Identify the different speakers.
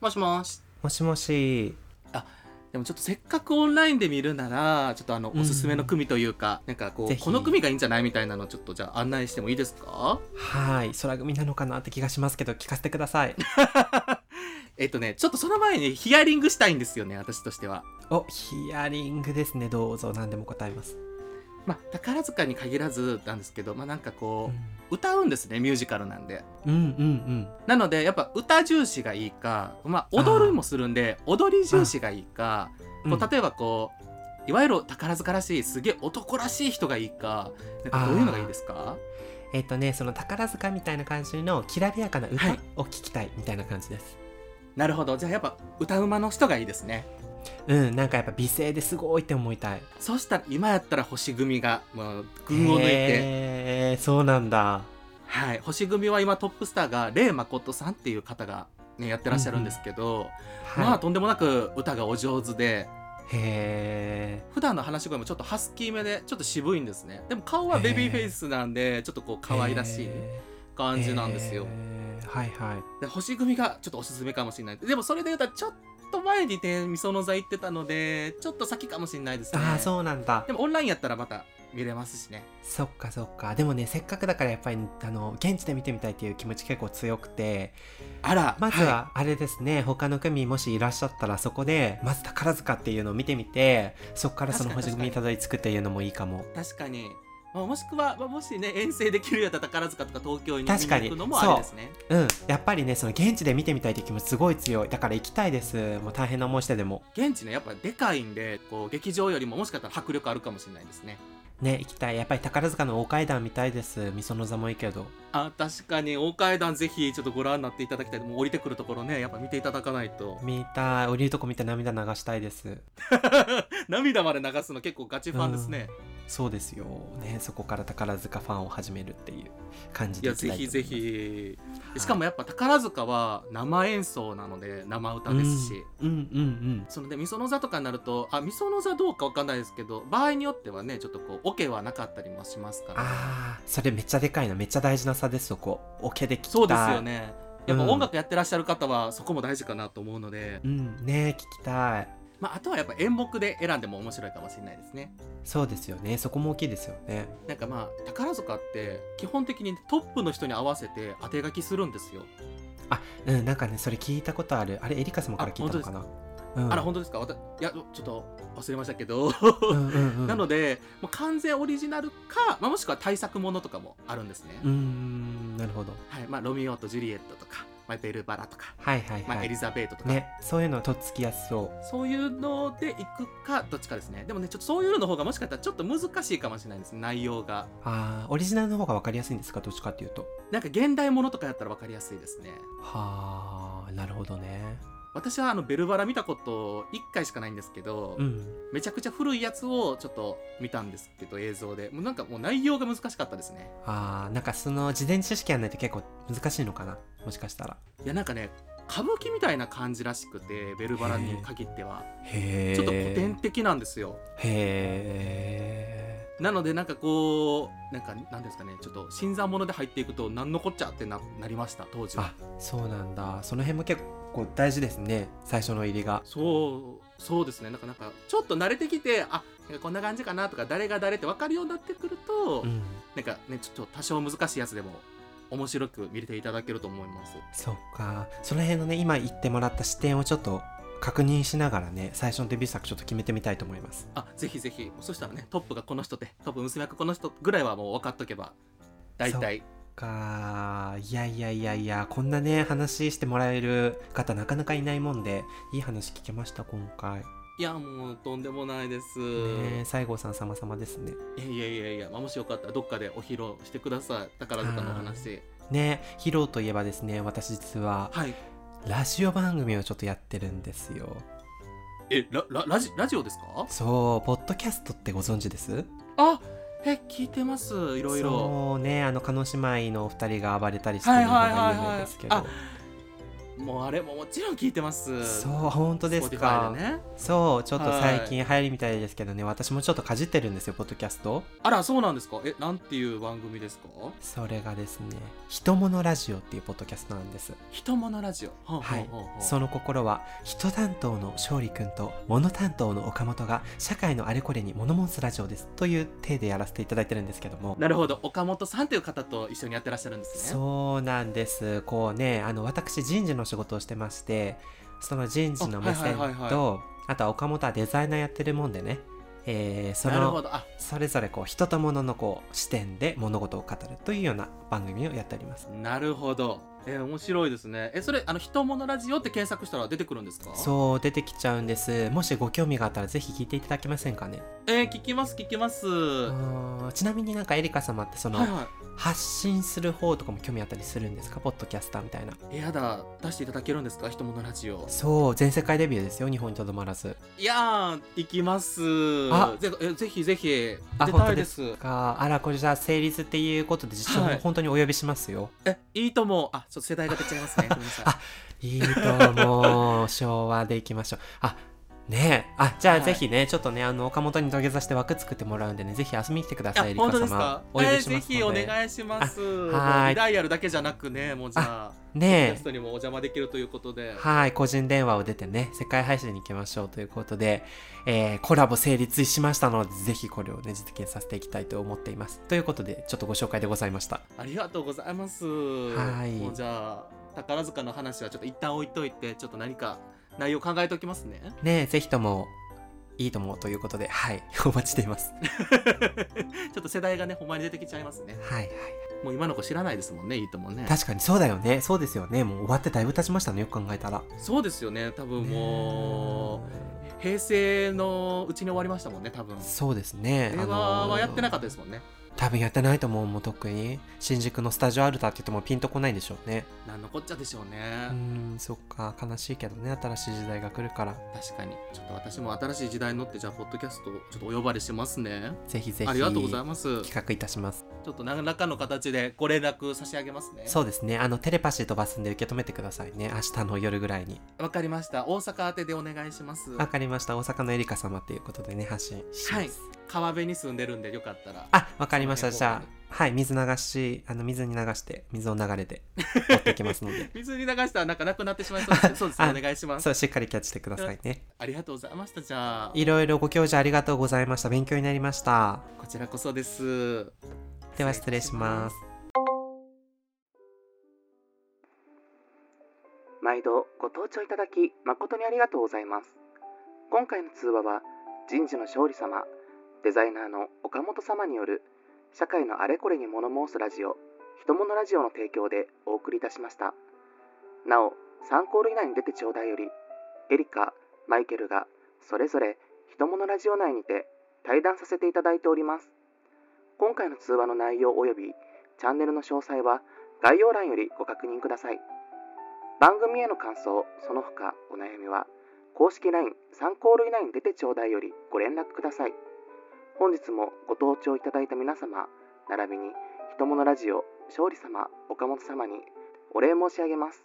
Speaker 1: もしもし。
Speaker 2: もしもし。
Speaker 1: でもちょっとせっかくオンラインで見るなら、ちょっとあの、
Speaker 2: うん
Speaker 1: おすすめの組というか、なんかこ
Speaker 2: ぜ
Speaker 1: う、
Speaker 2: ひ
Speaker 1: この組がいいんじゃないみたいなのをちょっとじゃあ案内してもいいですか
Speaker 2: はい。空組なのかなって気がしますけど、聞かせてく ださい。
Speaker 1: えっとね、ちょっとその前にヒアリングしたいんですよね、私としては。
Speaker 2: お、ヒアリングですね。どうぞ何でも答えます。
Speaker 1: まあ、宝塚に限らずなんですけど、まあなんか
Speaker 2: う
Speaker 1: こ
Speaker 2: ん
Speaker 1: う、歌うんですね、ミュージカルなんで。
Speaker 2: うんうん
Speaker 1: なのでやっぱ歌重視がいいか、まあ、踊るもするんで踊り重視がいいか、
Speaker 2: うん。
Speaker 1: こう例えばこういわゆる宝塚らしいすげえ男らしい人がいいかなんか
Speaker 2: あー
Speaker 1: どういうのがいいですか
Speaker 2: えっとね、その宝塚みたいな感じのきらびやかな歌
Speaker 1: はい
Speaker 2: を聞きたいみたいな感じです。
Speaker 1: なるほどじゃあやっぱ歌うまの人がいいですね
Speaker 2: うん、なんかやっぱ美声ですごいって思いたい。
Speaker 1: そしたら今やったら星組がもう群を抜いて、
Speaker 2: へーそうなんだ。
Speaker 1: はい、星組は今トップスターがレイ誠さんっていう方が、ね、やってらっしゃるんですけど、
Speaker 2: はい。
Speaker 1: まあとんでもなく歌がお上手で
Speaker 2: へ
Speaker 1: 普段の話し声もちょっとハスキーめでちょっと渋いんですねでも顔はベビーフェイスなんでちょっとこう
Speaker 2: ー
Speaker 1: 可愛らしい
Speaker 2: へー
Speaker 1: 感じなんですよ、
Speaker 2: へーはいはい。
Speaker 1: で星組がちょっとおすすめかもしれないでもそれで言うとちょっと前にねみその座行ってたのでちょっと先かもしれないですね
Speaker 2: ああ、そうなんだ。
Speaker 1: でもオンラインやったらまた見れますしね
Speaker 2: そっかそっかでもねせっかくだからやっぱりあの現地で見てみたいっていう気持ち結構強くて
Speaker 1: あら
Speaker 2: まず
Speaker 1: い
Speaker 2: はあれですね、他の組もしいらっしゃったらそこでまず宝塚っていうのを見てみてそこからその
Speaker 1: 確か
Speaker 2: 星
Speaker 1: に
Speaker 2: 組にたどり着くっていうのもいいかも
Speaker 1: 確かに、まあ、もしくは、まあ、もしね遠征できるようだったら宝塚とか東京に見
Speaker 2: 確かに
Speaker 1: に行くのもあれですね
Speaker 2: うんやっぱりねその現地で見てみたいっていう気持ちすごい強いだから行きたいですもう大変な思いしてでも
Speaker 1: 現地ねやっぱでかいんでこう劇場よりももしかしたら迫力あるかもしれないですね
Speaker 2: ね行きたいやっぱり宝塚の大階段見たいですみその座もいいけど
Speaker 1: あ確かに大階段ぜひちょっとご覧になっていただきたいもう降りてくるところねやっぱ見ていただかないと
Speaker 2: 見たい降りるとこ見て涙流したいです
Speaker 1: 涙まで流すの結構ガチファンですね、
Speaker 2: そうですよねそこから宝塚ファンを始めるっていう感じ
Speaker 1: い
Speaker 2: で
Speaker 1: や
Speaker 2: 行き
Speaker 1: ぜ
Speaker 2: たいと思い
Speaker 1: ひ
Speaker 2: ます
Speaker 1: ぜひしかもやっぱ宝塚は生演奏なので生歌ですし、
Speaker 2: うん、うんうんうん
Speaker 1: そのでみその座とかになるとあみその座どうかわかんないですけど場合によってはねちょっとこうオケはなかったりもしますから
Speaker 2: ああそれめっちゃでかいなめっちゃ大事な差ですそこオケで聞きたい
Speaker 1: そうですよねやっぱ
Speaker 2: うん
Speaker 1: 音楽やってらっしゃる方はそこも大事かなと思うので、
Speaker 2: うんね聞きたい
Speaker 1: まあ、あとはやっぱ演目で選んでも面白いかもしれないですね
Speaker 2: そうですよねそこも大きいですよね
Speaker 1: なんかまあ宝塚って基本的にトップの人に合わせて当て書きするんですよ、
Speaker 2: うんなんかねそれ聞いたことあるあれエリカ様から聞いたのかなうん
Speaker 1: あら本当ですかわたいやちょっと忘れましたけど、
Speaker 2: うんうんうん
Speaker 1: なのでもう完全オリジナルか、まあ、もしくは対策ものとかもあるんですね、
Speaker 2: うーんなるほど
Speaker 1: はいまあ、ロミオとジュリエットとか、まあ、ベルバラとか、
Speaker 2: はいはい
Speaker 1: まあ、
Speaker 2: は
Speaker 1: エリ
Speaker 2: い
Speaker 1: ザベートとか、
Speaker 2: ねそういうのはとっつきやすそう
Speaker 1: そういうので行くかどっちかですねでもねちょっとそういうのの方がもしかしたらちょっと難しいかもしれないですね内容が
Speaker 2: あーオリジナルの方が分かりやすいんですかどっちかっていうと
Speaker 1: なんか現代ものとかやったら分かりやすいですね
Speaker 2: はあなるほどね
Speaker 1: 私はあのベルバラ見たこと1回しかないんですけど、
Speaker 2: うん
Speaker 1: めちゃくちゃ古いやつをちょっと見たんですけど映像でもうなんかもう内容が難しかったですね
Speaker 2: あーなんかその事前知識やんないと結構難しいのかなもしかしたら
Speaker 1: いやなんかね歌舞伎みたいな感じらしくてベルバラに限っては
Speaker 2: へえ
Speaker 1: ちょっと古典的なんですよ
Speaker 2: へえ
Speaker 1: なのでなんかこうなんかなんですかねちょっと新参者で入っていくとなんのこっちゃってななりました当時は
Speaker 2: あそうなんだその辺も結構大事ですね最初の入りが
Speaker 1: そうそうですねなんかなんかちょっと慣れてきてあなんかこんな感じかなとか誰が誰って分かるようになってくると、
Speaker 2: うん
Speaker 1: なんかねちょっと多少難しいやつでも面白く見れていただけると思います
Speaker 2: そっかその辺のね今言ってもらった視点をちょっと確認しながらね最初のデビュー作ちょっと決めてみたいと思います
Speaker 1: あぜひぜひそしたらねトップがこの人でトップ娘役この人ぐらいはもう分かっとけば大体
Speaker 2: かいやいやいやいやこんなね話してもらえる方なかなかいないもんでいい話聞けました今回、
Speaker 1: いやもうとんでもないです、
Speaker 2: ね西郷さん様様ですね
Speaker 1: いやいやいやいや、まあ、もしよかったらどっかでお披露してください宝塚のお話
Speaker 2: ねヒロといえばですね私実は
Speaker 1: はい
Speaker 2: ラジオ番組をちょっとやってるんですよ
Speaker 1: えラララジラジオですか
Speaker 2: そうポッドキャストってご存知です
Speaker 1: あえ聞いてますいろいろ
Speaker 2: そうねあの叶姉妹のお二人が暴れたりして
Speaker 1: は
Speaker 2: る
Speaker 1: い
Speaker 2: の
Speaker 1: はいはい
Speaker 2: が有名
Speaker 1: は
Speaker 2: で
Speaker 1: い
Speaker 2: すけど、
Speaker 1: あもうあれももちろん聞いてます
Speaker 2: そう
Speaker 1: う
Speaker 2: 本当ですか、
Speaker 1: ね
Speaker 2: そうちょっと最近流行りみたいですけどね、私もちょっとかじってるんですよポッドキャスト
Speaker 1: あらそうなんですかえなんていう番組ですか
Speaker 2: それがですね「ひとものラジオ」っていうポッドキャストなんです
Speaker 1: 人物ラジオほう
Speaker 2: はい
Speaker 1: ほうほう
Speaker 2: その心は人担当の勝利くんと物担当の岡本が社会のあれこれに物申すラジオですという体でやらせていただいてるんですけども
Speaker 1: なるほど岡本さんという方と一緒にやってらっしゃるんですね
Speaker 2: そうなんですこうねあの私人事の仕事をしてましてその人事の目線
Speaker 1: あはいはいはい
Speaker 2: とあとは岡本はデザイナーやってるもんでね、えーそ
Speaker 1: なるほ
Speaker 2: の
Speaker 1: どあ
Speaker 2: それぞれこう人と物のこう視点で物事を語るというような番組をやっております
Speaker 1: なるほどえ面白いですねえそれあの人物ラジオって検索したら出てくるんですかう
Speaker 2: そう出てきちゃうんですもしご興味があったらぜひ聞いていただけませんかね
Speaker 1: えー聞きます聞きますは
Speaker 2: あーちなみになんかエリカ様ってそ
Speaker 1: い
Speaker 2: の、
Speaker 1: は
Speaker 2: 発信する方とかも興味あったりするんですかポッドキャスターみたいない
Speaker 1: えやだ出していただけるんですか人物ラジオ
Speaker 2: そう全世界デビューですよ日本にとどまらず
Speaker 1: いやー行きます
Speaker 2: あ
Speaker 1: ぜえぜひぜひ出
Speaker 2: あ
Speaker 1: たいです
Speaker 2: かあらこれじゃあ成立っていうことで実証
Speaker 1: は
Speaker 2: も
Speaker 1: い
Speaker 2: 本当にお呼びしま すよ、
Speaker 1: えいいともあちょっと世代が出ちゃい ますねごめんなさい
Speaker 2: あい、いと思う昭和でいきましょうあねえあじゃあ
Speaker 1: はい
Speaker 2: ぜひね、ちょっとねあの岡本に土下座して枠作ってもらうんでねぜひ遊びに来てくださ
Speaker 1: あ
Speaker 2: いエリカ
Speaker 1: 本当
Speaker 2: 様
Speaker 1: ですか
Speaker 2: お呼びし
Speaker 1: えーぜ
Speaker 2: ますので
Speaker 1: ひお願いします
Speaker 2: はーい
Speaker 1: もうリダイヤルだけじゃなくねもうじゃあゲ
Speaker 2: ね
Speaker 1: ス
Speaker 2: え
Speaker 1: トにもお邪魔できるということで
Speaker 2: はい個人電話を出てね世界配信に行きましょうということで、えーコラボ成立しましたのでぜひこれをね実現させていきたいと思っていますということでちょっとご紹介でございました
Speaker 1: ありがとうございます。
Speaker 2: はい
Speaker 1: もうじゃあ宝塚の話はちょっと一旦置いといてちょっと何か内容考えておきますね。
Speaker 2: ねえぜひともいいともということではいお待ちしています
Speaker 1: ちょっと世代がねほんまに出てきちゃいますね。
Speaker 2: はいはい
Speaker 1: もう今の子知らないですもんねいいともね。
Speaker 2: 確かにそうだよねそうですよねもう終わってだいぶ経ちましたねよく考えたら
Speaker 1: そうですよね多分もう平成のうちに終わりましたもんね多分。
Speaker 2: そうですね
Speaker 1: 令和はやってなかった
Speaker 2: た
Speaker 1: ですもんね。
Speaker 2: 多分やってないと思うもう特に新宿のスタジオアルタって言ってもピンとこないんでしょうね
Speaker 1: なんのこっちゃでしょう
Speaker 2: う
Speaker 1: ね。
Speaker 2: んそっか悲しいけどね新しい時代が来るから
Speaker 1: 確かにちょっと私も新しい時代に乗ってじゃあポッドキャストをちょっとお呼ばれしますね。
Speaker 2: ぜひぜひ
Speaker 1: ありがとうございます。
Speaker 2: 企画いたします
Speaker 1: ちょっと何らかの形でご連絡差し上げますね。
Speaker 2: そうですねあのテレパシー飛ばすんで受け止めてくださいね明日の夜ぐらいに
Speaker 1: わかりました。大阪宛てでお願いします。
Speaker 2: わかりました大阪のエリカ様っていうことでね発信します、
Speaker 1: はい川辺に住んでるんでよかったら。
Speaker 2: あわかりました
Speaker 1: そ
Speaker 2: じ
Speaker 1: の辺
Speaker 2: ゃあはい水流しあの水に流して水を流 れて持ってきますので
Speaker 1: 水に流したらなんかなくなってしまいそうですけど。そうですね。
Speaker 2: あ
Speaker 1: お願いします。
Speaker 2: そうしっかりキャッチしてくださいね
Speaker 1: ありがとうございました。じゃあ、
Speaker 2: いろいろご教授ありがとうございました勉強になりました
Speaker 1: こちらこそです。
Speaker 2: では失礼します。
Speaker 3: 毎度ご登聴いただき誠にありがとうございます今回の通話は人事の勝利様デザイナーの岡本様による社会のあれこれに物申すラジオひとものラジオの提供でお送りいたしましたなお3コール以内に出てちょうだいよりエリカマイケルがそれぞれひとものラジオ内にて対談させていただいております今回の通話の内容及びチャンネルの詳細は概要欄よりご確認ください番組への感想その他お悩みは公式 LINE3 コール以内に出てちょうだいよりご連絡ください本日もご登聴いただいた皆様並びにひとものラジオ勝利様岡本様にお礼申し上げます